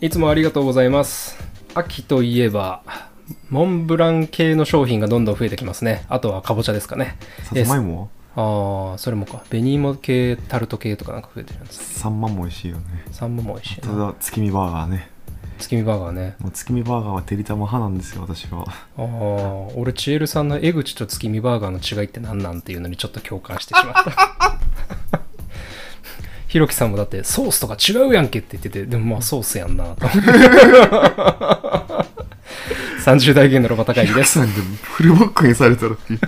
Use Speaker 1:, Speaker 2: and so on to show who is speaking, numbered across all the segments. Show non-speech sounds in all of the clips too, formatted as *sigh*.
Speaker 1: いつもありがとうございます。秋といえば、モンブラン系の商品がどんどん増えてきますね。あとはかぼちゃですかね。
Speaker 2: さつまいも
Speaker 1: ああ、それもか。紅芋系、タルト系とかなんか増えてるんです。
Speaker 2: 3万も美味しいよね
Speaker 1: サンマも美味しい
Speaker 2: た
Speaker 1: な。
Speaker 2: だ月見バーガーね
Speaker 1: 月見バーガーね。
Speaker 2: もう月見バーガーはてりたま派なんですよ私 *laughs* は
Speaker 1: ああ、俺、ちえるさんの江口と月見バーガーの違いって何なんっていうのにちょっと共感してしまった。ひろきさんもだってソースとか違うやんけって言ってて、でもまあソースやんなと。30代芸のロバ高木です。
Speaker 2: なんでフルバックにされたらっていう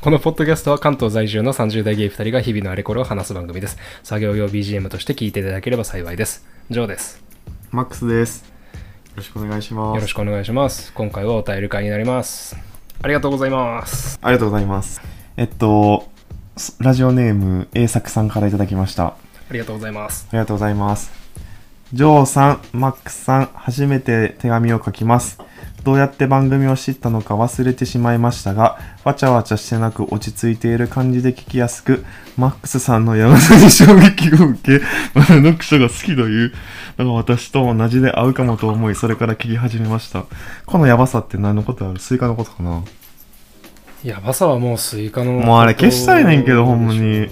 Speaker 1: このポッドキャストは関東在住の30代ゲイ2人が日々のあれこれを話す番組です。作業用 BGM として聞いていただければ幸いです。ジョーです。
Speaker 2: マックスですよろしくお願いします
Speaker 1: よろしくお願いします。今回はお便り会になります。ありがとうございます。
Speaker 2: ありがとうございますえっとそラジオネーム栄作さんからいただきましたあ
Speaker 1: ありがとうございます。
Speaker 2: りがとうございますジョーさん、マックスさん、初めて手紙を書きます。どうやって番組を知ったのか忘れてしまいましたが、わちゃわちゃしてなく落ち着いている感じで聞きやすく、マックスさんの山さに衝撃を受け、読書が好きという、なんか私と同じで合うかもと思い、それから聞き始めました。このヤバさって何のことあるスイカのことかな
Speaker 1: やばさはもうスイカの。
Speaker 2: もうあれ消したいねんけどほんまに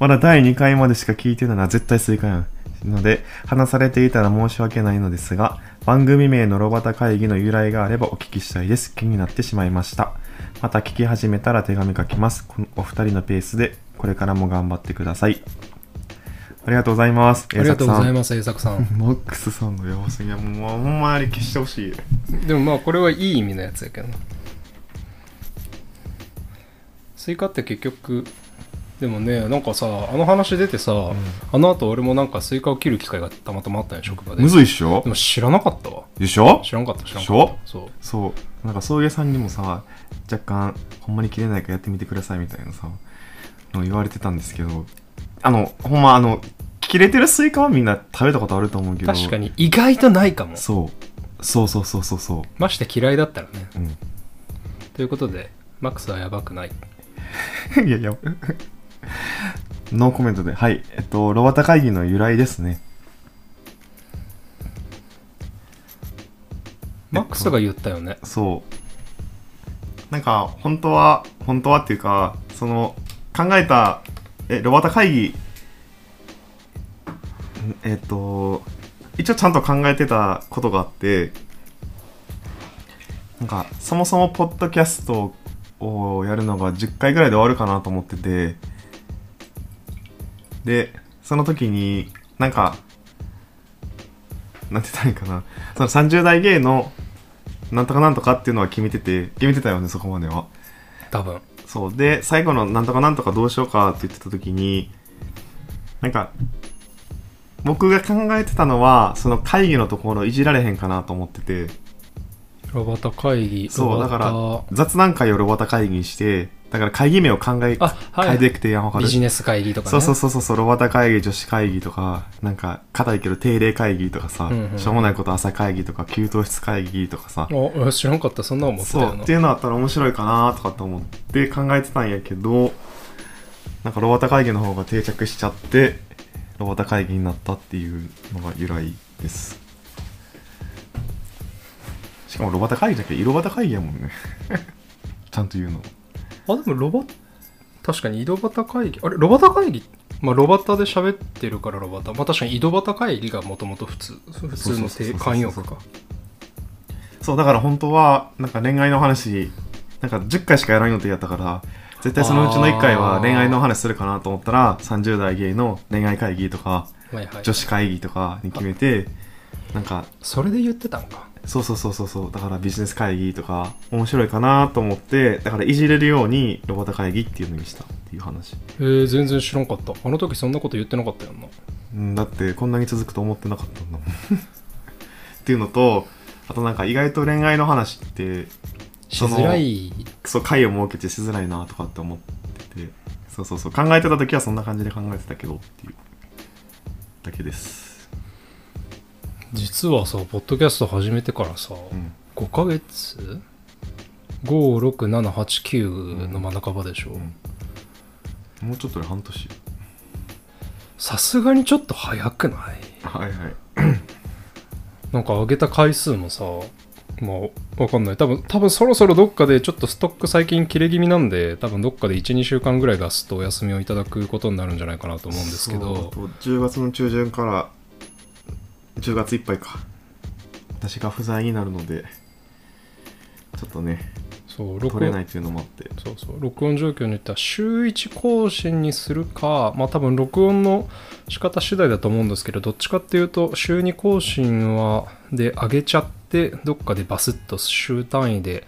Speaker 2: まだ第2回までしか聞いてないのは絶対正解やん。ので、話されていたら申し訳ないのですが、番組名のロバタ会議の由来があればお聞きしたいです。気になってしまいました。また聞き始めたら手紙書きます。このお二人のペースで、これからも頑張ってください。ありがとうございます。
Speaker 1: ありがとうござい
Speaker 2: す。
Speaker 1: ます、栄作さん。
Speaker 2: マックスさんのやばすぎや、もうほんまあれ消してほしい。
Speaker 1: でもまあこれはいい意味のやつやけどな。スイカって結局、でもね、なんかさ、あの話出てさ、あの後俺もなんかスイカを切る機会がたまたまあったんよ、職場で。
Speaker 2: むずいっしょ
Speaker 1: でも知らなかったわ。
Speaker 2: でしょ
Speaker 1: 知らんかった、知らん
Speaker 2: し
Speaker 1: かっ
Speaker 2: ょ
Speaker 1: た。そう。
Speaker 2: そうなんか送迎さんにもさ若干ほんまに切れないからやってみてくださいみたいなさの言われてたんですけどあのほんまあの切れてるスイカはみんな食べたことあると思うけど
Speaker 1: 確かに意外とないかも。
Speaker 2: そうそうそうそうそうそ
Speaker 1: まして嫌いだったらね。
Speaker 2: う、う
Speaker 1: ということで、マックスはやばくない。
Speaker 2: *laughs* ん、いやい *laughs* やノーコメントではいえっとロバタ会議の由来ですね
Speaker 1: マックスが言ったよね。
Speaker 2: そうなんか本当は本当はっていうかその考えたえロバタ会議んえっと一応ちゃんと考えてたことがあってなんかそもそもポッドキャストをやるのが10回ぐらいで終わるかなと思っててでその時になんかなんて言ったらいいかなその30代芸のなんとかなんとかっていうのは決めてて決めてたよねそこまでは
Speaker 1: 多分。
Speaker 2: そうで最後のなんとかなんとかどうしようかって言ってた時になんか僕が考えてたのはその会議のところいじられへんかなと思ってて
Speaker 1: ロバタ会議。
Speaker 2: そう
Speaker 1: ロ
Speaker 2: だ
Speaker 1: バタ
Speaker 2: から雑談会をロバタ会議にしてだから会議名を考え
Speaker 1: あはい
Speaker 2: 変えていく提案わかる
Speaker 1: ビジネス会議とかね。
Speaker 2: そうそうそうそうそうロバタ会議女子会議とかなんか硬いけど定例会議とかさ、
Speaker 1: うんうん
Speaker 2: しょうもないこと朝会議とか給湯室会議とかさ、
Speaker 1: あえ知らんかった、そんな思ってた
Speaker 2: そ
Speaker 1: よ
Speaker 2: う
Speaker 1: な。
Speaker 2: っていうのあったら面白いかなとかと思って考えてたんやけどなんかロバタ会議の方が定着しちゃってロバタ会議になったっていうのが由来ですしかもロバタ会議だけ色バタ会議やもんね *laughs* ちゃんと言うの
Speaker 1: あ、でもロバ、確かに井戸端会議。あれ、ロバタ会議まあ、ロバタで喋ってるからロバタ。まあ、確かに井戸端会議がもともと普通、普通の
Speaker 2: そうそうそうそう
Speaker 1: 定慣用句か。
Speaker 2: そうだから本当はなんか恋愛の話なんか10回しかやらん予定やったから絶対そのうちの1回は恋愛の話するかなと思ったら30代ゲイの恋愛会議とか
Speaker 1: はいはい
Speaker 2: 女。子会議とかに決めてなんか
Speaker 1: それで言ってたんか。
Speaker 2: そうそうそうそうそうだからビジネス会議とか面白いかなと思ってだからいじれるようにロボット会議っていうのにしたっていう話、
Speaker 1: えー、全然知らんかった。あの時そんなこと言ってなかったよな。
Speaker 2: うん、だってこんなに続くと思ってなかったんだ *laughs* もんっていうのとあとなんか意外と恋愛の話って
Speaker 1: しづらい。
Speaker 2: そう会を設けてしづらいなとかって思っててそうそうそう考えてた時はそんな感じで考えてたけどっていうだけです
Speaker 1: 実はさ、ポッドキャスト始めてからさ、
Speaker 2: うん
Speaker 1: 5ヶ月 ?56789 の真中場でしょ
Speaker 2: んもうちょっとで半年
Speaker 1: さすがにちょっと早くない
Speaker 2: はいはい
Speaker 1: なんか上げた回数もさ、まあ、わかんない。多分、多分そろそろどっかで、ちょっとストック最近切れ気味なんで、多分どっかで1、2週間ぐらい出すとお休みをいただくことになるんじゃないかなと思うんですけ
Speaker 2: そう
Speaker 1: ど、
Speaker 2: と10月の中旬から10月いっぱいか私が不在になるのでちょっとね
Speaker 1: そう、録
Speaker 2: 取れな
Speaker 1: 音
Speaker 2: いというのもあって
Speaker 1: そうそう録音状況によっては週1更新にするか、まあ多分録音の仕方次第だと思うんですけど、どっちかっていうと、週2更新は、で、上げちゃって、どっかでバスッと週単位で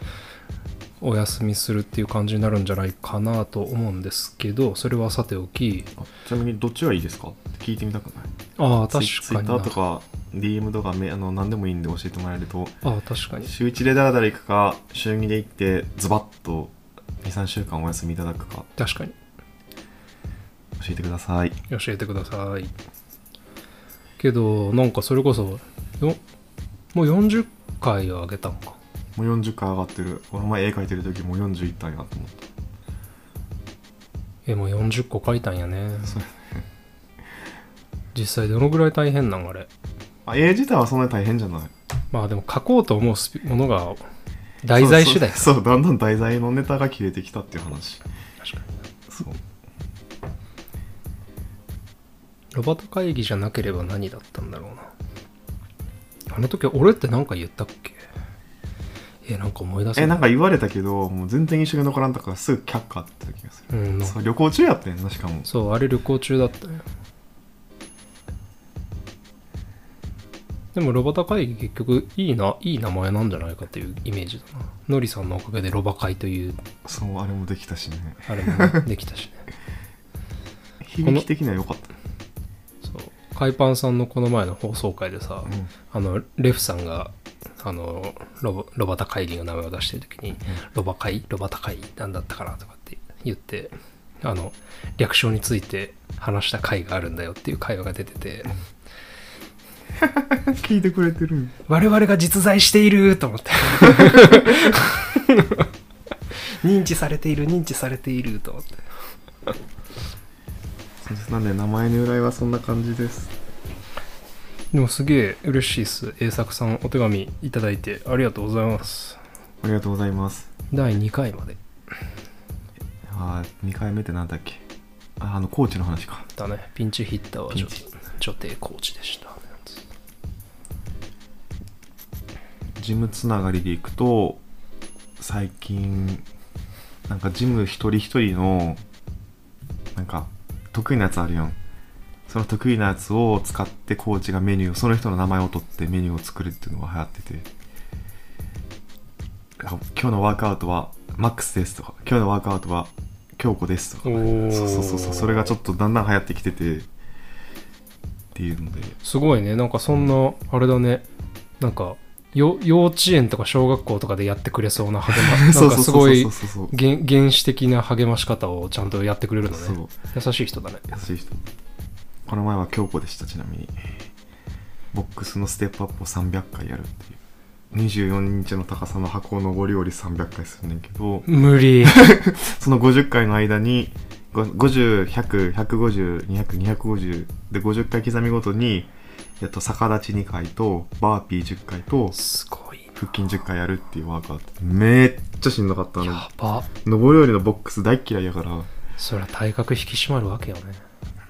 Speaker 1: お休みするっていう感じになるんじゃないかなと思うんですけど、それはさておき、
Speaker 2: あちなみにどっちがいいですかって聞いてみたくない
Speaker 1: ああ、確
Speaker 2: ツイツイ
Speaker 1: か
Speaker 2: ッ
Speaker 1: に
Speaker 2: タ
Speaker 1: な。
Speaker 2: ーとか DM とかめあの何でもいいんで教えてもらえると
Speaker 1: ああ、確かに。
Speaker 2: 週1でダラダラ行くか週2で行ってズバッと23週間お休みいただくか
Speaker 1: 確かに。
Speaker 2: 教えてください
Speaker 1: 教えてください。けど、なんかそれこそ、よもう40回上げたのか。
Speaker 2: もう40回上がってるこの前絵描いてる時もう41体なと思った
Speaker 1: え、もう40個書いたんやね。
Speaker 2: そう
Speaker 1: 実際どのぐらい大変なんあれ。
Speaker 2: あ絵自体はそんなに大変じゃない
Speaker 1: まあでも書こうと思うスピものが題材次第。
Speaker 2: そうそうそうだんだん題材のネタが切れてきたっていう話
Speaker 1: 確かに
Speaker 2: そう
Speaker 1: ロバート会議じゃなければ何だったんだろうな。あの時俺って何か言ったっけえ、なんか思い出せ
Speaker 2: え
Speaker 1: な
Speaker 2: ないんか言われたけどもう全然印象が残らんとからすぐ却下ってた気がする、
Speaker 1: うん、なんか
Speaker 2: そう旅行中やったよねしかも
Speaker 1: そう、あれ旅行中だったね。でも、ロバタ会議結局いいな、いい名前なんじゃないかというイメージだな。ノリさんのおかげでロバ会という、
Speaker 2: そうあれもできたしね
Speaker 1: あれもねできたしね。
Speaker 2: 響き的には良かった
Speaker 1: *laughs* そう。海パンさんのこの前の放送回でさ、
Speaker 2: うん
Speaker 1: あの、レフさんが、あの、ロバロバタ会議の名前を出してる時に、ロバ会、ロバタ会なんだったかなとかって言って、あの、略称について話した回があるんだよっていう会話が出てて、
Speaker 2: *laughs* 聞いてくれてる
Speaker 1: 我々が実在していると思って *laughs* 認知されている認知されていると思って
Speaker 2: そうですなんで名前の由来はそんな感じです
Speaker 1: でもすげえ嬉しいっす栄作さんお手紙いただいてありがとうございます
Speaker 2: ありがとうございます
Speaker 1: 第2回まで
Speaker 2: あー2回目ってなんだっけああのコーチの話か
Speaker 1: だねピンチヒッターは
Speaker 2: ピ
Speaker 1: 女
Speaker 2: ンチ
Speaker 1: 女帝コーチでした
Speaker 2: ジムつながりでいくと最近なんかジム一人一人のなんか得意なやつあるやんその得意なやつを使ってコーチがメニューその人の名前を取ってメニューを作るっていうのが流行っててあ今日のワークアウトはマックスですとか今日のワークアウトは京子ですとか
Speaker 1: おお
Speaker 2: そうそうそうそうそれがちょ
Speaker 1: っ
Speaker 2: っとだんだん流行ってきててっていうのです
Speaker 1: ごいねなんかそんなあれだねなんかよ幼稚園とか小学校とかでやってくれそうな励
Speaker 2: *laughs*
Speaker 1: ましなんかすごい
Speaker 2: そうそうそうそう
Speaker 1: 原原始的な励まし方をちゃんとやってくれるの
Speaker 2: そう
Speaker 1: ね優しい人だね
Speaker 2: 優しい人この前は京子でしたちなみにボックスのステップアップを300回やるっていう24インチの高さの箱を上り下り300回するねんけど
Speaker 1: 無理
Speaker 2: その50回の間に50100150200で50回刻みごとにえっと逆立ち2回とバーピー10回と
Speaker 1: すごい
Speaker 2: 腹筋10回やるっていうワークアウトめっちゃしんどかった
Speaker 1: な
Speaker 2: の
Speaker 1: やば
Speaker 2: 上り下りのボックス大っ嫌いやから
Speaker 1: そりゃ体格引き締まるわけよね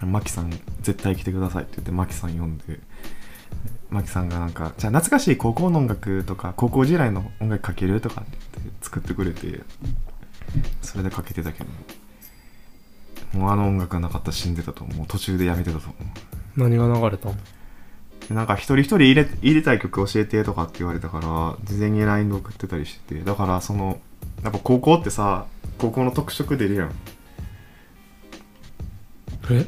Speaker 2: マキさん絶対来てくださいって言ってマキさん呼んでマキさんがなんかじゃあ懐かしい高校の音楽とか高校時代の音楽かけるとかって言って作ってくれてそれでかけてたけどもうあの音楽がなかったら死んでたと思う途中でやめてたと思う
Speaker 1: 何が流れたの
Speaker 2: でなんか一人一人入れ入れたい曲教えてとかって言われたから事前に LINE で送ってたりしててだからそのやっぱ高校ってさ高校の特色出るやん
Speaker 1: え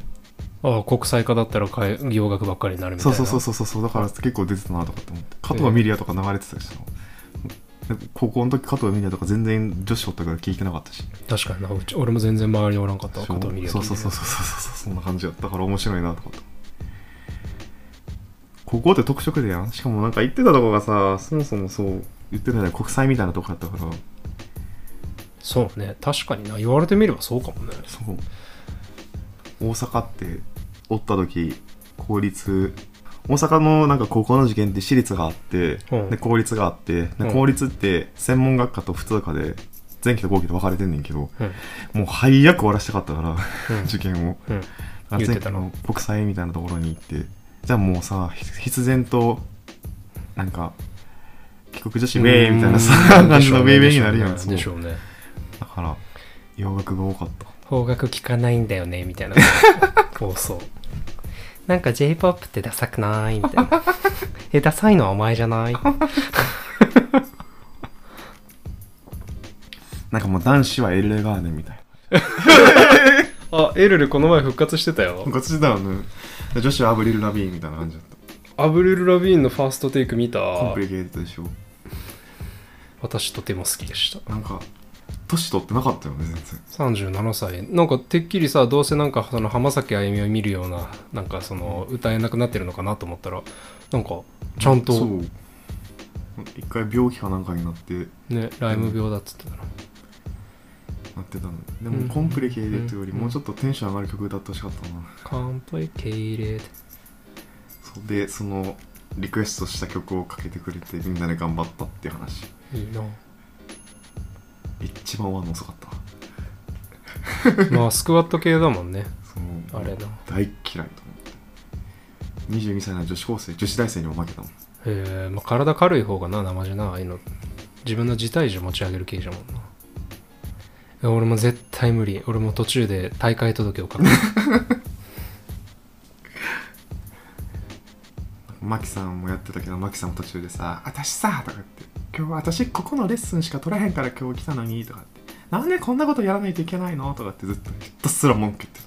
Speaker 1: ああ国際化だったらかい洋楽ばっかりになるみた
Speaker 2: そ
Speaker 1: いうな
Speaker 2: そうそうそうそうだから結構出てたなとかって思って加藤ミリアとか流れてたしな、で高校の時加藤ミリアとか全然女子おったから聞いてなかったし
Speaker 1: 確かになうち俺も全然周りにおらんかったわ加藤ミリア
Speaker 2: そうそうそうそう
Speaker 1: う
Speaker 2: そうそうそんな感じやったから面白いなとかと高校って特色でやんしかもなんか行ってたとこがさそもそもそう言ってたよね国際みたいなとこやったから
Speaker 1: そうね確かにな言われてみればそうかもね
Speaker 2: そう大阪っておった時公立大阪のなんか高校の受験って私立があって、
Speaker 1: うん
Speaker 2: で公立があって
Speaker 1: う
Speaker 2: で
Speaker 1: ん
Speaker 2: 公立って専門学科と普通科で前期と後期と分かれてんねんけど、
Speaker 1: うん
Speaker 2: もう早く終わらしたかったから
Speaker 1: うん
Speaker 2: 受験を
Speaker 1: うん言
Speaker 2: あ
Speaker 1: って
Speaker 2: 前
Speaker 1: た
Speaker 2: 期
Speaker 1: な
Speaker 2: の国際みたいなところに行ってじゃあもうさひ必然となんか帰国女子ウェイみたいなさ
Speaker 1: うん
Speaker 2: 感じのウェイウェイになるやん
Speaker 1: でしょ
Speaker 2: そう
Speaker 1: うねでしょうね
Speaker 2: だから洋楽が多かった
Speaker 3: 方角聞かないんだよねみたいな
Speaker 2: *laughs*
Speaker 1: 放送
Speaker 3: なんか J-POP ってダサくないみた
Speaker 2: *laughs*
Speaker 3: いなえダサいのはお前じゃない
Speaker 2: なんかもう男子はエルレガーデンみたいな
Speaker 1: あエルルこの前復活してたよ
Speaker 2: 部活してたよね女子はアブリル・ラビーンみたいな感じだった
Speaker 1: アブリル・ラビーンのファーストテイク見た
Speaker 2: コンプリケートでしょ
Speaker 1: 私とても好きでした
Speaker 2: なんか年取ってなかったよね全然
Speaker 1: 37歳なんかてっきりさどうせなんかその浜崎あゆみを見るようななんかその歌えなくなってるのかなと思ったらなんかちゃん
Speaker 2: そ
Speaker 1: と
Speaker 2: う一回病気かなんかになって
Speaker 1: ねライム病だっつってたな
Speaker 2: なってたので
Speaker 1: うん
Speaker 2: もコンプリケートより
Speaker 1: うん
Speaker 2: もうちょっとテンション上がる曲歌ってほしかったな
Speaker 1: Complicated
Speaker 2: そうでそのリクエストした曲をかけてくれてみんなで頑張ったっていう話
Speaker 1: いいな
Speaker 2: 一番終わるの遅かった
Speaker 1: まあスクワット系だもんね
Speaker 2: そ
Speaker 1: あ
Speaker 2: の
Speaker 1: れだ
Speaker 2: 大嫌いと思って22歳の女子高生女子大生にも負けたもん
Speaker 1: えーまあ、体軽い方がな生地なああいうの自分の自体重持ち上げる系じゃもんないや俺も絶対無理俺も途中で大会届を書く
Speaker 2: マキさんもやってたけどマキさんも途中でさ「私さ」とか言って「今日は私ここのレッスンしか取らへんから今日来たのに」とかって「なんでこんなことやらないといけないの?」とかってずっとひたすら文句言って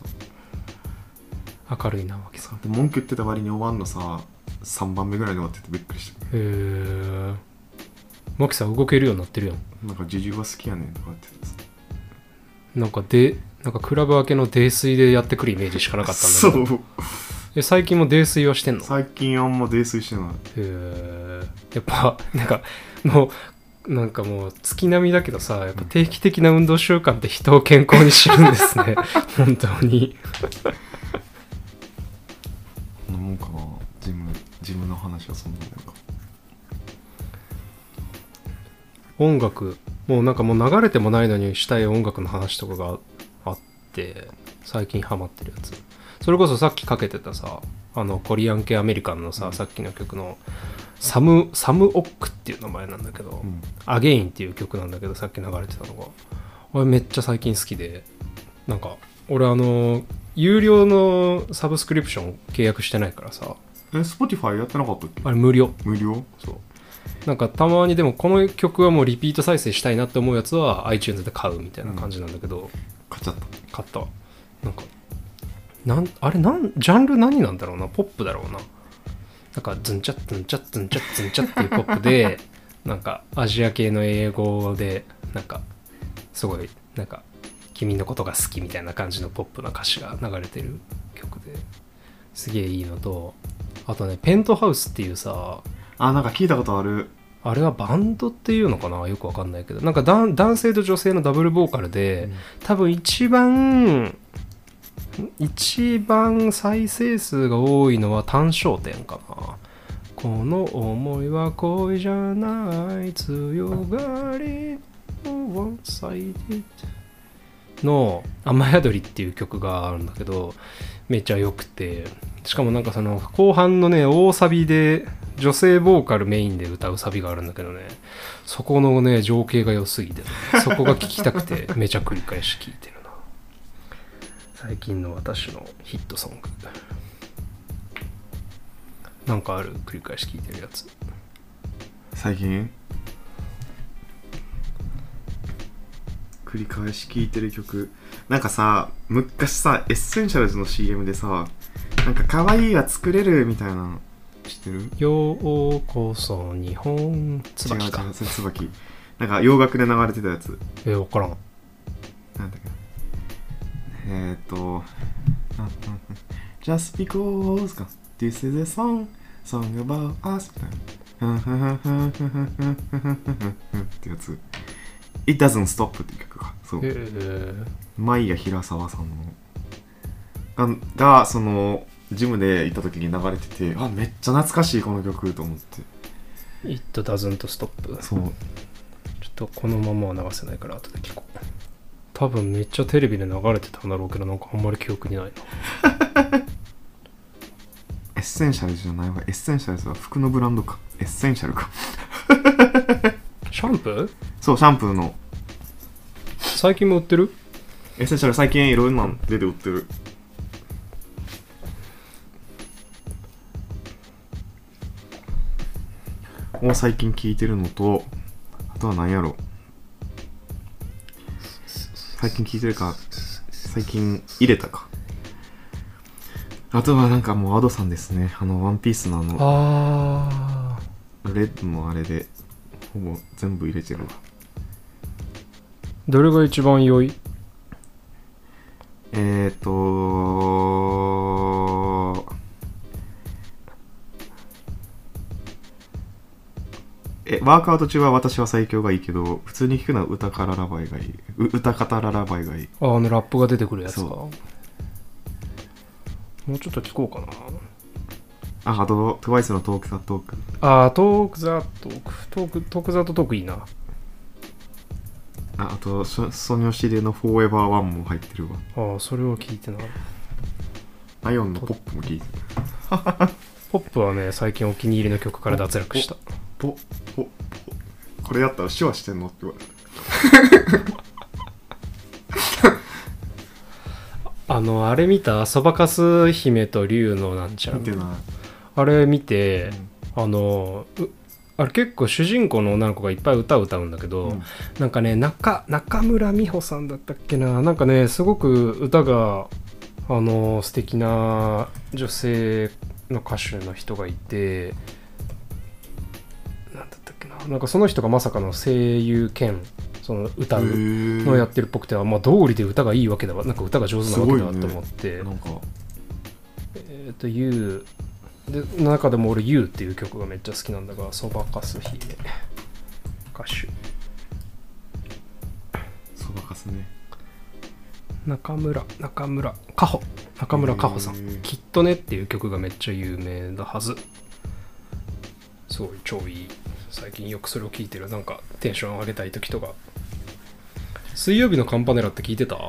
Speaker 2: た
Speaker 1: 明るいなわけさ
Speaker 2: で文句言ってた割に終わんのさ3番目ぐらいに終わっててびっくりした
Speaker 1: へえマキさん動けるようになってるやん
Speaker 2: なんか「ジジュは好きやねん」とかって言ってさ
Speaker 1: なんかでなんかクラブ明けの泥酔でやってくるイメージしかなかったんだけど
Speaker 2: そう
Speaker 1: え最近も泥酔はしてんの
Speaker 2: 最近あんま泥酔してない
Speaker 1: へえやっぱ *laughs* なんかもうなんかもう月並みだけどさやっぱ定期的な運動習慣って人を健康にするんです
Speaker 2: *laughs*
Speaker 1: ね本当に
Speaker 2: こんなもんかなジムジムの話はそんなもんか
Speaker 1: 音楽もうなんかもう流れてもないのにしたい音楽の話とかがあって最近ハマってるやつそれこそさっきかけてたさあのコリアン系アメリカンのさ、さっきの曲のサムサム・オックっていう名前なんだけど、
Speaker 2: うん
Speaker 1: アゲインっていう曲なんだけどさっき流れてたのが俺めっちゃ最近好きでなんか俺あの有料のサブスクリプション契約してないからさ
Speaker 2: えスポティファイやってなかったっけ
Speaker 1: あれ無料
Speaker 2: 無料
Speaker 1: そうなんかたまにでもこの曲はもうリピート再生したいなって思うやつは iTunes で買うみたいな感じなんだけど、
Speaker 2: 買っちゃった
Speaker 1: 買ったわなんかなんあれなんジャンル何なんだろうなポップだろうななんかズンチャッズンチャッズンチャッズンチャっていうポップで *laughs* なんかアジア系の英語でなんかすごいなんか君のことが好きみたいな感じのポップな歌詞が流れてる曲ですげえいいのとあとね「ペントハウス」っていうさ
Speaker 2: あなんか聞いたことある
Speaker 1: あれはバンドっていうのかなよくわかんないけどなんかだん男性と女性のダブルボーカルで、
Speaker 2: うん
Speaker 1: 多分一番一番再生数が多いのは単焦点かなこの思いは恋じゃない強がり one-sided の「雨宿り」っていう曲があるんだけどめちゃ良くてしかもなんかその後半のね大サビで女性ボーカルメインで歌うサビがあるんだけどねそこのね情景が良すぎて、ね、そこが聴きたくて *laughs* めちゃ繰り返し聴いてるな最近の私のヒットソングなんかある繰り返し聴いてるやつ
Speaker 2: 最近繰り返し聴いてる曲なんかさ昔さエッセンシャルズの CM でさなんか可愛いが作れるみたいなの知ってる
Speaker 1: ようこそ日本椿
Speaker 2: 違う違
Speaker 1: か
Speaker 2: うそれ椿なんか洋楽で流れてたやつ
Speaker 1: え分からん
Speaker 2: なんだっけなえー、っと *laughs* あああ Just because か This is a song Song about us みたいなってやつ It doesn't stop っていう曲がそう
Speaker 1: えー、
Speaker 2: マイヤ平沢さんのががそのジムで行った時に流れててあめっちゃ懐かしいこの曲と思って
Speaker 1: 「It doesn't stop」
Speaker 2: そう
Speaker 1: ちょっとこのままは流せないから後で聞こう多分めっちゃテレビで流れてたんだろうけどなんかあんまり記憶にないな
Speaker 2: エッセンシャルじゃないわエッセンシャルズは服のブランドかエッセンシャルか
Speaker 1: シャンプー
Speaker 2: そうシャンプーの
Speaker 1: 最近も売ってる
Speaker 2: エッセンシャル最近いろんなの出て売ってるを最近聞いてるのとあとは何やろ最近聞いてるか最近入れたかあとはなんかもうアドさんですねあのワンピースのあの
Speaker 1: あ
Speaker 2: レッドもあれでほぼ全部入れてるわ
Speaker 1: どれが一番良い
Speaker 2: えーとーえワークアウト中は私は最強がいいけど普通に聞くのは歌からラバイがいいう歌方ララバイがいい
Speaker 1: ああのラップが出てくるやつか
Speaker 2: そ
Speaker 1: もうちょっと聞こうかな
Speaker 2: ああと TWICE のトークザトーク
Speaker 1: ああトークザトークトークトークザとトークいいな
Speaker 2: ああとソソニョシデのフォーエバーワンも入ってるわ
Speaker 1: ああそれは聞いてない
Speaker 2: アイオンのポップも聞いてる
Speaker 1: ポップはね最近お気に入りの曲から脱落した
Speaker 2: ポポポこれやったら手話してんのって言われる
Speaker 1: あのあれ見たそばかす姫と竜のなんちゃら
Speaker 2: 見てな
Speaker 1: あれ見て、あのうあれ結構主人公の女の子がいっぱい歌を歌うんだけ
Speaker 2: い、
Speaker 1: ど、
Speaker 2: うん
Speaker 1: なんかね中中村美穂さんだったっけななんかねすごく歌があの素敵な女性の歌手の人がいてなんだったっけななんかその人がまさかの声優兼その歌うのをやってるっぽくて、まあ道理で歌がいいわけだわなんか歌が上手なわけだわ
Speaker 2: すごいね
Speaker 1: と思って、
Speaker 2: なんか
Speaker 1: えっ、と、You で、中でも俺 You っていう曲がめっちゃ好きなんだが、そばかす姫。歌手。
Speaker 2: そばかすね
Speaker 1: 中村、中村、かほ。中村かほさん
Speaker 2: へー。
Speaker 1: きっとねっていう曲がめっちゃ有名だはず。すごい超いい。最近よくそれを聴いてる。なんかテンション上げたい時とか。水曜日のカンパネラって聞いてた、ま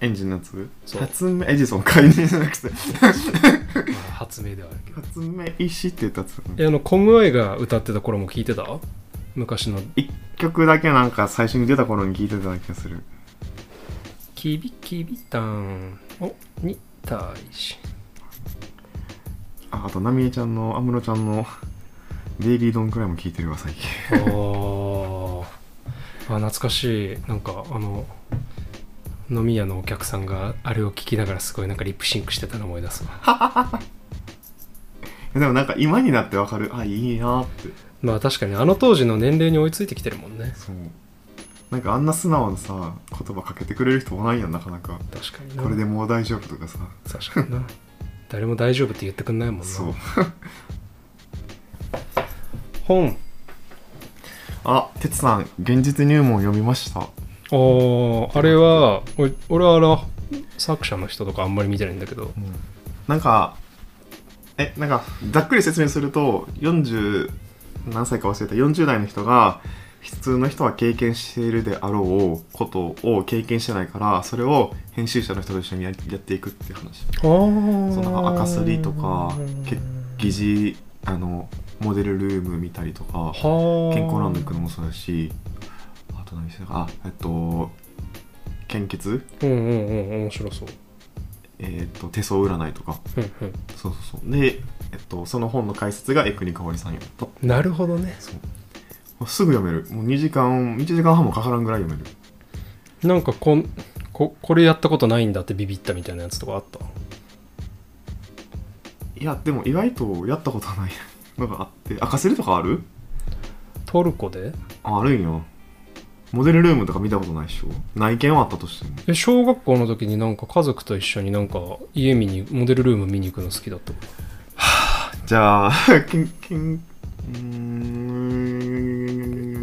Speaker 2: エンジンのやつ
Speaker 1: そう
Speaker 2: 発明エジソン解明じゃなくて
Speaker 1: あ発明ではあるけど。
Speaker 2: 発明石って言ったやつ
Speaker 1: え、あの、コムアイが歌ってた頃も聞いてた昔の
Speaker 2: 一曲だけなんか最初に出た頃に聞いてた気がする
Speaker 1: キビキビタンをに対し
Speaker 2: ああとナミエちゃんの安室ちゃんのデイリードンくらいも聞いてるわ最近
Speaker 1: あーあ懐かしいなんかあの飲み屋のお客さんがあれを聞きながらすごいなんかリップシンクしてたの思い出すわ
Speaker 2: でもなんか今になってわかるあいいなって
Speaker 1: まあ確かにあの当時の年齢に追いついてきてるもんね
Speaker 2: そうなんかあんな素直なさ言葉かけてくれる人もないやんなかなか
Speaker 1: 確かにな
Speaker 2: これでもう大丈夫とかさ
Speaker 1: 確かにな誰も大丈夫って言ってくんないもんな
Speaker 2: そう
Speaker 1: 本
Speaker 2: あてつさん現実入門読みました
Speaker 1: あああれはおい俺はあの作者の人とかあんまり見てないんだけど
Speaker 2: なんか、え、なんか、ざっくり説明すると、40、何歳か忘れた、40代の人が、普通の人は経験しているであろうことを経験してないから、それを編集者の人と一緒にややっていくっていう
Speaker 1: あ
Speaker 2: 話。
Speaker 1: あその
Speaker 2: その赤すりとか、け疑似、あの、モデルルーム見たりとか、健
Speaker 1: 健
Speaker 2: 康ランド行くのもそうだし、あと何してたか、あ、えっと、献血
Speaker 1: うんうんうん面白そう
Speaker 2: えっと、手相占いとか。
Speaker 1: うんうん
Speaker 2: そうそうそうで、えっと、その本の解説が江国香織さんやった
Speaker 1: なるほどね
Speaker 2: そうすぐ読めるもう2時間1時間半もかからんぐらい読める
Speaker 1: なんかこんここれやったことないんだってビビったみたいなやつとかあった
Speaker 2: いやでも意外とやったことないのがあって赤セルとかある
Speaker 1: トルコで
Speaker 2: ああるんよモデルルームとか見たことないでしょ内見はあったとしても
Speaker 1: え小学校の時になんか家族と一緒になんか家見にモデルルーム見に行くの好きだった
Speaker 2: じゃあ *laughs* けんけんうー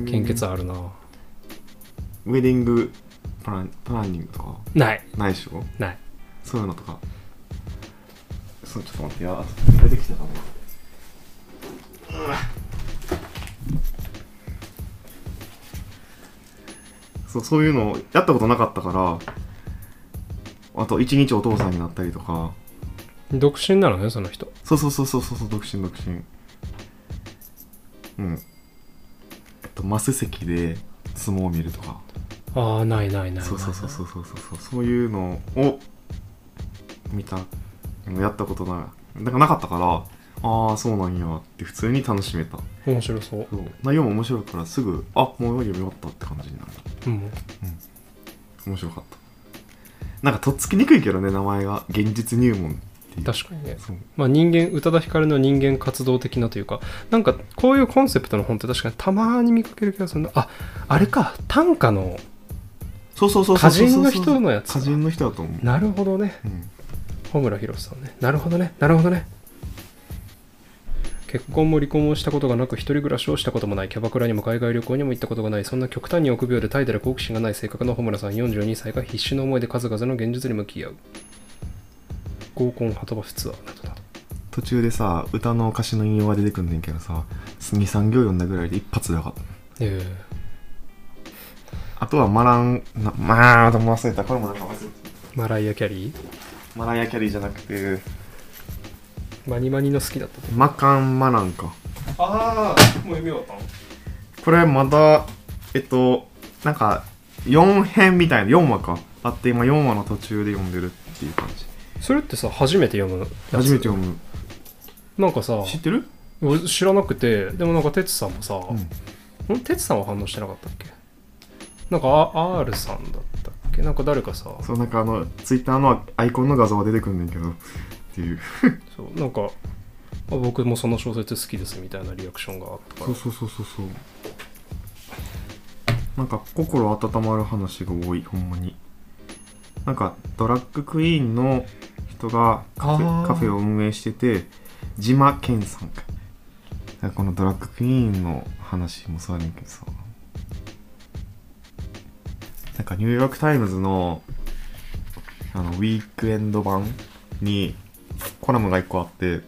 Speaker 2: ん
Speaker 1: 献血あるな
Speaker 2: ウェディングプランプランニングとか
Speaker 1: ない
Speaker 2: ないでしょ
Speaker 1: ない
Speaker 2: そういうのとかそうちょっと待ってよ出てきたかなそうそういうのやったことなかったからあと一日お父さんになったりとか
Speaker 1: 独身なのね、その人。
Speaker 2: そうそうそうそうそうそう独身独身うんえっとマス席で相撲を見るとか
Speaker 1: ああ、ないないないない。
Speaker 2: そうそうそうそうそうそうそうそういうのを見たやったことないなんかなかったからああそうなんやって普通に楽しめた
Speaker 1: 面白そう。
Speaker 2: そう内容も面白いからすぐあもう読み終わったって感じになる
Speaker 1: うん。
Speaker 2: 面白かったなんかとっつきにくいけどね名前が現実入門っていう
Speaker 1: 確かにね。
Speaker 2: そう
Speaker 1: まあ人間、宇多田ヒカルの人間活動的なというか、なんかこういうコンセプトの本って確かにたまに見かける気がするな。あ、あれか、短歌の。
Speaker 2: そうそうそうそ
Speaker 1: 歌
Speaker 2: う
Speaker 1: 人の人のやつ
Speaker 2: 歌人の人だと思う、
Speaker 1: なるほどね。
Speaker 2: うん、
Speaker 1: 穂村博さんねなるほどねなるほどね結婚も離婚もしたことがなく一人暮らしをしたこともないキャバクラにも海外旅行にも行ったことがないそんな極端に臆病で怠惰で好奇心がない性格の穂村さん42歳が必死の思いで数々の現実に向き合う合コンハトバフツアーなどなど
Speaker 2: 途中でさ歌の歌詞の引用が出てくんねんけどさ23行読んだぐらいで一発で分かった
Speaker 1: え
Speaker 2: あとはマランなまあでも忘れたこれもなんか忘れた
Speaker 1: マライア・キャリー
Speaker 2: マライア・キャリーじゃなくて
Speaker 1: マニマニの好きだった
Speaker 2: マカン・マランか
Speaker 1: ああもう読み終わったの
Speaker 2: これまだえっとなんか4編みたいな4話かあって今4話の途中で読んでるっていう感じ
Speaker 1: それってさ初めて読むやつ
Speaker 2: 初めて読む
Speaker 1: なんかさ
Speaker 2: 知ってる
Speaker 1: 俺知らなくてでもなんか哲さんもさ、
Speaker 2: うん
Speaker 1: ん哲さんは反応してなかったっけなんかあ R さんだったっけなんか誰かさ
Speaker 2: そうなんかあのツイッターのアイコンの画像が出てくんねんけどっていう
Speaker 1: そうなんかあ僕もその小説好きですみたいなリアクションがあったか
Speaker 2: そうそうそうそうそうなんか心温まる話が多いほんまになんかドラッグクイーンの人がカフ
Speaker 1: あ
Speaker 2: ェ
Speaker 1: ー
Speaker 2: カフェを運営してて島健さんかなんかこのドラッグクイーンの話もそうやねんけどさなんかニューヨーク・タイムズのあのウィークエンド版にコラムが1個あって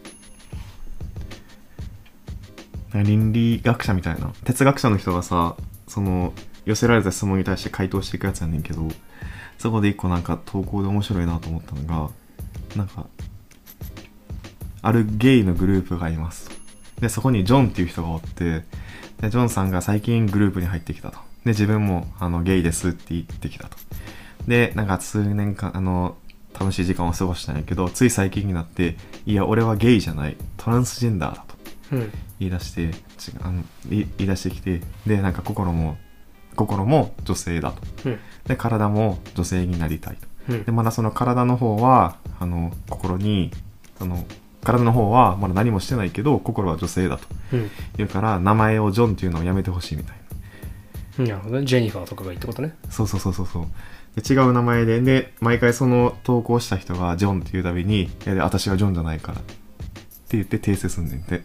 Speaker 2: 倫理学者みたいな哲学者の人がさその寄せられた質問に対して回答していくやつやねんけどそこで一個なんか投稿で面白いなと思ったのがなんかあるゲイのグループがいますでそこにジョンっていう人がおってでジョンさんが最近グループに入ってきたとで自分もあのゲイですって言ってきたとでなんか数年間あの楽しい時間を過ごしたんやけどつい最近になっていや俺はゲイじゃないトランスジェンダーだと
Speaker 1: らうん
Speaker 2: 言い出して違うあのい言い出してきてでなんか心も心も女性だと
Speaker 1: うん
Speaker 2: で体も女性になりたいと
Speaker 1: うん
Speaker 2: でまだその体の方はあの心にその体の方はまだ何もしてないけど心は女性だと
Speaker 1: うん
Speaker 2: 言うから名前をジョンっていうのをやめてほしいみたい
Speaker 1: うんなるほどねジェニファーとかが言ったことね
Speaker 2: なそうそうそうそうそうで違う名前でで毎回その投稿した人がジョンっていうたびに「いや私はジョンじゃないから」って言って訂正すんねんて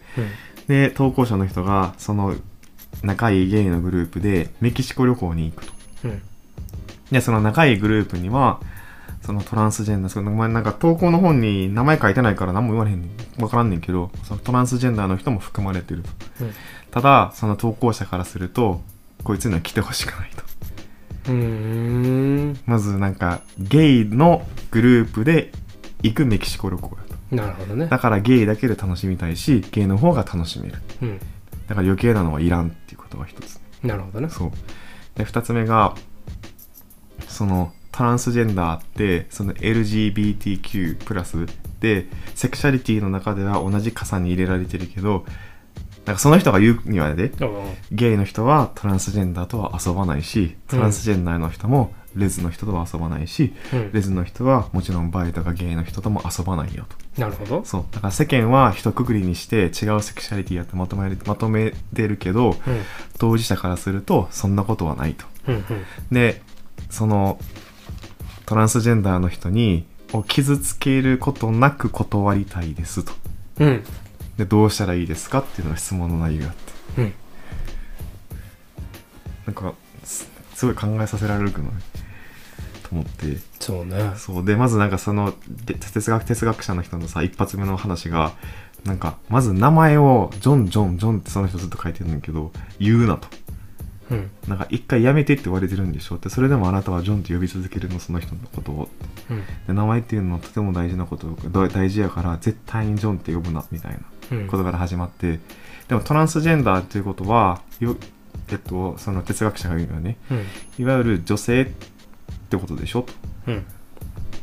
Speaker 2: で投稿者の人がその仲いいゲイのグループでメキシコ旅行に行くと
Speaker 1: うんうん
Speaker 2: でその仲いいグループにはそのトランスジェンダーその前なんか投稿の本に名前書いてないから何も言われへんわからんねんけどそのトランスジェンダーの人も含まれてるとただその投稿者からするとこいつには来てほしくないと
Speaker 1: うんう
Speaker 2: まずなんかゲイのグループで行くメキシコ旅行だと
Speaker 1: ーんなるほどね
Speaker 2: だからゲイだけで楽しみたいしゲイの方が楽しめる
Speaker 1: うん
Speaker 2: だから余計なのはいらんっていうことが一つ
Speaker 1: なるほどね
Speaker 2: そう。で、二つ目が、その、トランスジェンダーって、その LGBTQ+, プラスで、セクシャリティの中では同じ傘に入れられてるけど、なんかその人が言うにはね、
Speaker 1: ああ
Speaker 2: ゲイの人はトランスジェンダーとは遊ばないし、トランスジェンダーの人もレズの人とは遊ばないし、
Speaker 1: うん
Speaker 2: レズの人はもちろんバイとかゲイの人とも遊ばないよと。
Speaker 1: なるほど
Speaker 2: そう。だから世間は一括りにして違うセクシャリティやってまとめるまとめてるけ
Speaker 1: う
Speaker 2: ど、
Speaker 1: ん
Speaker 2: 当事者からするとそんなことはないと。
Speaker 1: うん
Speaker 2: でそのトランスジェンダーの人にを傷つけることなく断りたいですと
Speaker 1: うんうん
Speaker 2: でどうしたらいいですかっていうのが質問の内容があって
Speaker 1: うん
Speaker 2: なんかすすごい考えさせられるくない思って
Speaker 1: そうね
Speaker 2: そうでまずなんかそので哲学哲学者の人のさ一発目の話がなんかまず名前をジョンジョンジョンってその人ずっと書いてるんだけど言うなと
Speaker 3: うん
Speaker 2: なんか一回やめてって言われてるんでしょってそれでもあなたはジョンって呼び続けるのその人のことを
Speaker 3: うん
Speaker 2: で名前っていうのはとても大事なことだ大事やから絶対にジョンって呼ぶなみたいな
Speaker 3: うん
Speaker 2: ことから始まってでもトランスジェンダーということはよえっとその哲学者が言うのはね
Speaker 3: うん
Speaker 2: いわゆる女性ってことでしょと
Speaker 3: うん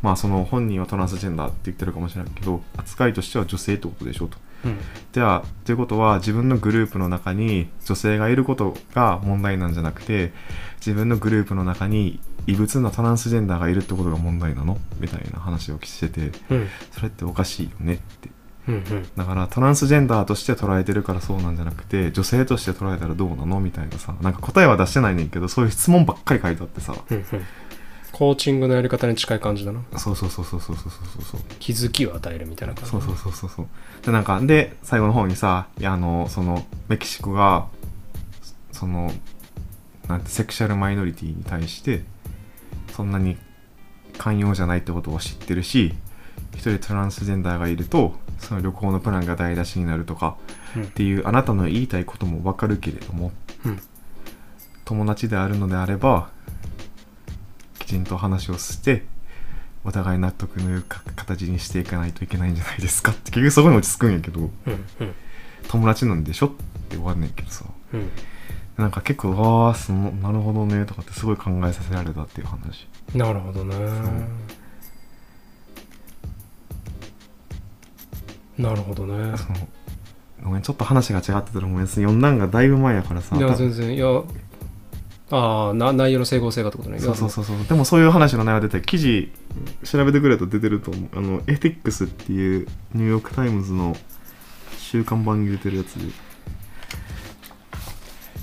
Speaker 2: まあその本人はトランスジェンダーって言ってるかもしれないけど扱いとしては女性ってことでしょと
Speaker 3: うん
Speaker 2: じゃあということは自分のグループの中に女性がいることが問題なんじゃなくて自分のグループの中に異物なトランスジェンダーがいるってことが問題なのみたいな話をしてて
Speaker 3: うん
Speaker 2: それっておかしいよねって
Speaker 3: うんうん
Speaker 2: だからトランスジェンダーとして捉えてるからそうなんじゃなくて女性として捉えたらどうなのみたいなさなんか答えは出してないねんけどそういう質問ばっかり書いてあってさ
Speaker 3: うんうん
Speaker 1: コーチングのやり方に近い感じだな
Speaker 2: そうそうそうそうそうそうそうそう
Speaker 1: 気づきを与えるみたいな感じ
Speaker 2: そうそうそうそうそうでなんかで最後の方にさいやあのそのメキシコがそのなんてセクシャルマイノリティに対してそんなに寛容じゃないってことを知ってるし一人トランスジェンダーがいるとその旅行のプランが台無しになるとか
Speaker 3: うん
Speaker 2: っていうあなたの言いたいこともわかるけれども、
Speaker 3: うん
Speaker 2: 友達であるのであればきちんと話をしてお互い納得のいく形にしていかないといけないんじゃないですかって結局そこに落ち着くんやけど
Speaker 3: うんうん
Speaker 2: 友達なんでしょって終わんねんけどさ
Speaker 3: うん
Speaker 2: なんか結構わあそのなるほどねとかってすごい考えさせられたっていう話
Speaker 1: なるほどねなるほどね
Speaker 2: そのごめんちょっと話が違ってたらもう別に四段がだいぶ前やからさ
Speaker 1: いや
Speaker 2: た
Speaker 1: 全然いやああな内容の整合性がってことね
Speaker 2: そうそうそうそうでもそういう話の内容が出て記事調べてくれたら出てると思うあのエティックスっていうニューヨーク・タイムズの週刊版に出てるやつで
Speaker 1: う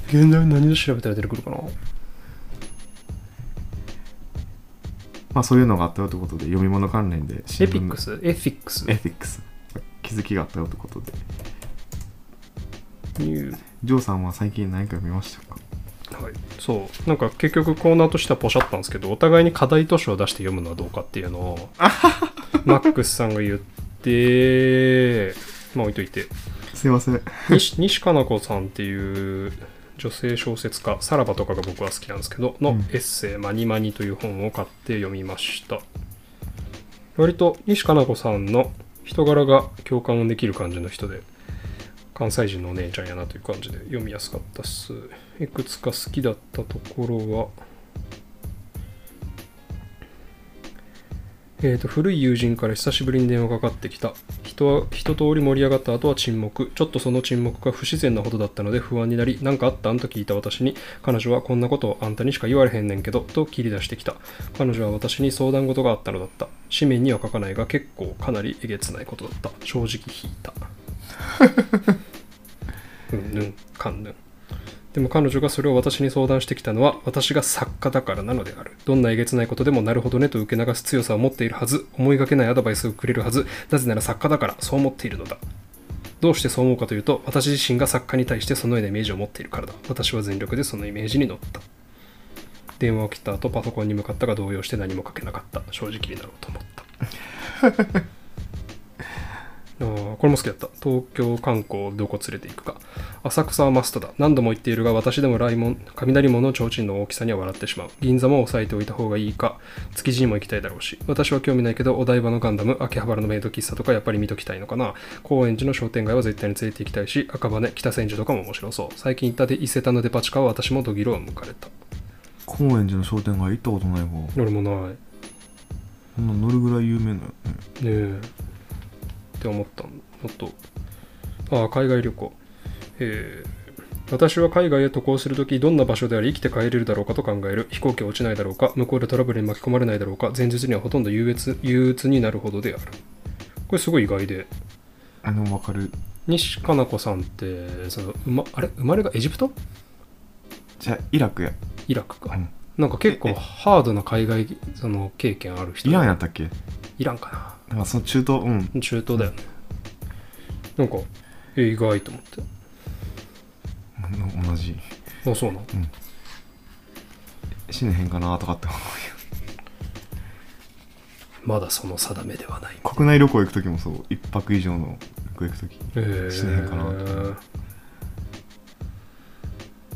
Speaker 1: 現在何で調べたら出てくるかな
Speaker 2: まあそういうのがあったよということで読み物関連で新
Speaker 1: エ
Speaker 2: 聞
Speaker 1: ピックスエフィックス
Speaker 2: エティックス気づきがあったよということで
Speaker 1: ニュー
Speaker 2: ジョーさんは最近何か見ましたか
Speaker 1: はい、そうなんか結局コーナーとしてはポシャったんですけどお互いに課題図書を出して読むのはどうかっていうのをマックスさんが言ってまあ置いといて
Speaker 2: すいません
Speaker 1: 西西加奈子さんっていう女性小説家「さらば」とかが僕は好きなんですけど
Speaker 2: う
Speaker 1: の
Speaker 2: ん
Speaker 1: エッセイ「マニマニ」という本を買って読みました割と西加奈子さんの人柄が共感をできる感じの人で関西人のお姉ちゃんやなという感じで読みやすかったっすいくつか好きだったところはえー、と古い友人から久しぶりに電話がかかってきた人は一通り盛り上がった後は沈黙ちょっとその沈黙が不自然なほどだったので不安になり何かあったんと聞いた私に彼女はこんなことをあんたにしか言われへんねんけどと切り出してきた彼女は私に相談事があったのだった紙面には書かないが結構かなりえげつないことだった正直引いたうんぬんかんぬんでも彼女がそれを私に相談してきたのは私が作家だからなのであるどんなえげつないことでもなるほどねと受け流す強さを持っているはず思いがけないアドバイスをくれるはずなぜなら作家だからそう思っているのだどうしてそう思うかというと私自身が作家に対してそのようなイメージを持っているからだ私は全力でそのイメージに乗った電話を切った後パソコンに向かったが動揺して何も書けなかった正直になろうと思った *laughs* あーこれも好きだった東京観光どこ連れて行くか浅草はマストだ何度も言っているが私でも雷門雷門の提灯の大きさには笑ってしまう銀座も押さえておいた方がいいか築地にも行きたいだろうし私は興味ないけどお台場のガンダム秋葉原のメイド喫茶とかやっぱり見ときたいのかな高円寺の商店街は絶対に連れて行きたいし赤羽北千住とかも面白そう最近行ったで伊勢丹のデパ地下は私もドギロを抜かれた
Speaker 2: 高円寺の商店街行ったことないわ
Speaker 1: 俺もない
Speaker 2: そんな乗るぐらい有名なのね
Speaker 1: ねえって思ったのとああ海外旅行えー私は海外へ渡航するとき、どんな場所であり生きて帰れるだろうかと考える。飛行機は落ちないだろうか、向こうでトラブルに巻き込まれないだろうか、前日にはほとんど憂鬱憂鬱になるほどである。これすごい意外で、
Speaker 2: あの分かる
Speaker 1: 西加奈子さんって、そのうま、あれ生まれがエジプト
Speaker 2: じゃあイラクや
Speaker 1: イラクか。
Speaker 2: うん
Speaker 1: なんか結
Speaker 2: え
Speaker 1: 構
Speaker 2: え
Speaker 1: ハードな海外その経験ある人
Speaker 2: イ
Speaker 1: だ
Speaker 2: ラ
Speaker 1: ね
Speaker 2: ンやったっけ
Speaker 1: イランかな。
Speaker 2: なんかその中東うん
Speaker 1: 中東だよねなんかえ意外と思って
Speaker 2: 同じ
Speaker 1: あそうなの
Speaker 2: 死ねへんかなとかって思うよ
Speaker 1: まだその定めではない。
Speaker 2: 国内旅行行く時もそう一泊以上の旅行行く時
Speaker 1: えー
Speaker 2: しねえかな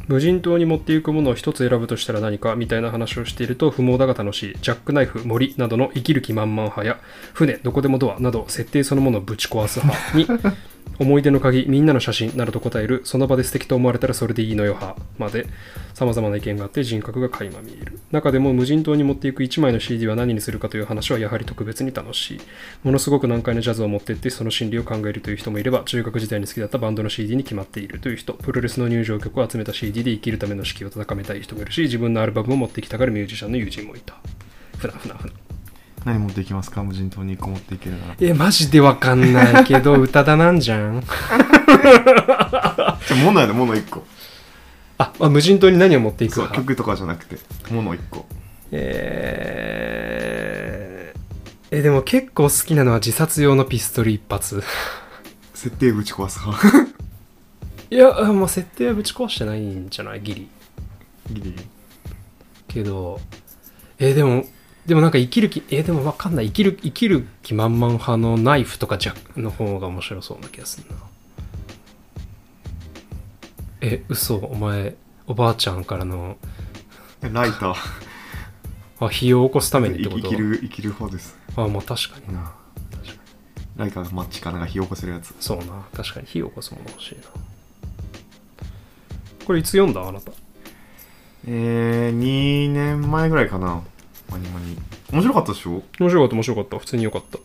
Speaker 1: 無人島に持っていくものを一つ選ぶとしたら何かみたいな話をしていると不毛だが楽しいジャックナイフ森などの生きる気満々派や船どこでもドアなど設定そのものをぶち壊す派に思い出の鍵みんなの写真などと答えるその場で素敵と思われたらそれでいいのよ派までさまざまな意見があって人格が垣間見える中でも無人島に持っていく1枚の CD は何にするかという話はやはり特別に楽しいものすごく難解なジャズを持ってってその心理を考えるという人もいれば中学時代に好きだったバンドの CD に決まっているという人プロレスの入場曲を集めた CD で生きるための士気を高めたい人もいるし自分のアルバムを持ってきたがるミュージシャンの友人もいたふなふなふな
Speaker 2: 何持っていきますか無人島に1個持っていけるなら
Speaker 3: えマジでわかんないけど歌だなんじゃん
Speaker 2: じゃあ物やで物1個
Speaker 1: *laughs* あ、まあ、無人島に何を持っていく
Speaker 2: そう
Speaker 1: か
Speaker 2: 曲とかじゃなくて物1個
Speaker 3: えーえでも結構好きなのは自殺用のピストル一発
Speaker 2: 設定ぶち壊す派
Speaker 3: いやもう設定はぶち壊してないんじゃないギリ
Speaker 2: ギリギリ
Speaker 3: けどえーでもでもなんか生きる気えーでもわかんない生きる生きる気満々派のナイフとかジャックの方が面白そうな気がするなえ嘘お前おばあちゃんからの
Speaker 2: えライター
Speaker 3: あ火を起こすためにって
Speaker 2: 生
Speaker 3: こ
Speaker 2: き
Speaker 3: と
Speaker 2: 生きる生きる方です
Speaker 3: あまあ確かにな
Speaker 2: ライターがマッチかなんか火起こせるやつ
Speaker 3: そうな確かに火を起こすもの欲しいなこれいつ読んだあなた
Speaker 2: えー、2年前ぐらいかなマニマニ面白かったでしょ
Speaker 1: 面白かった面白かった普通に良かった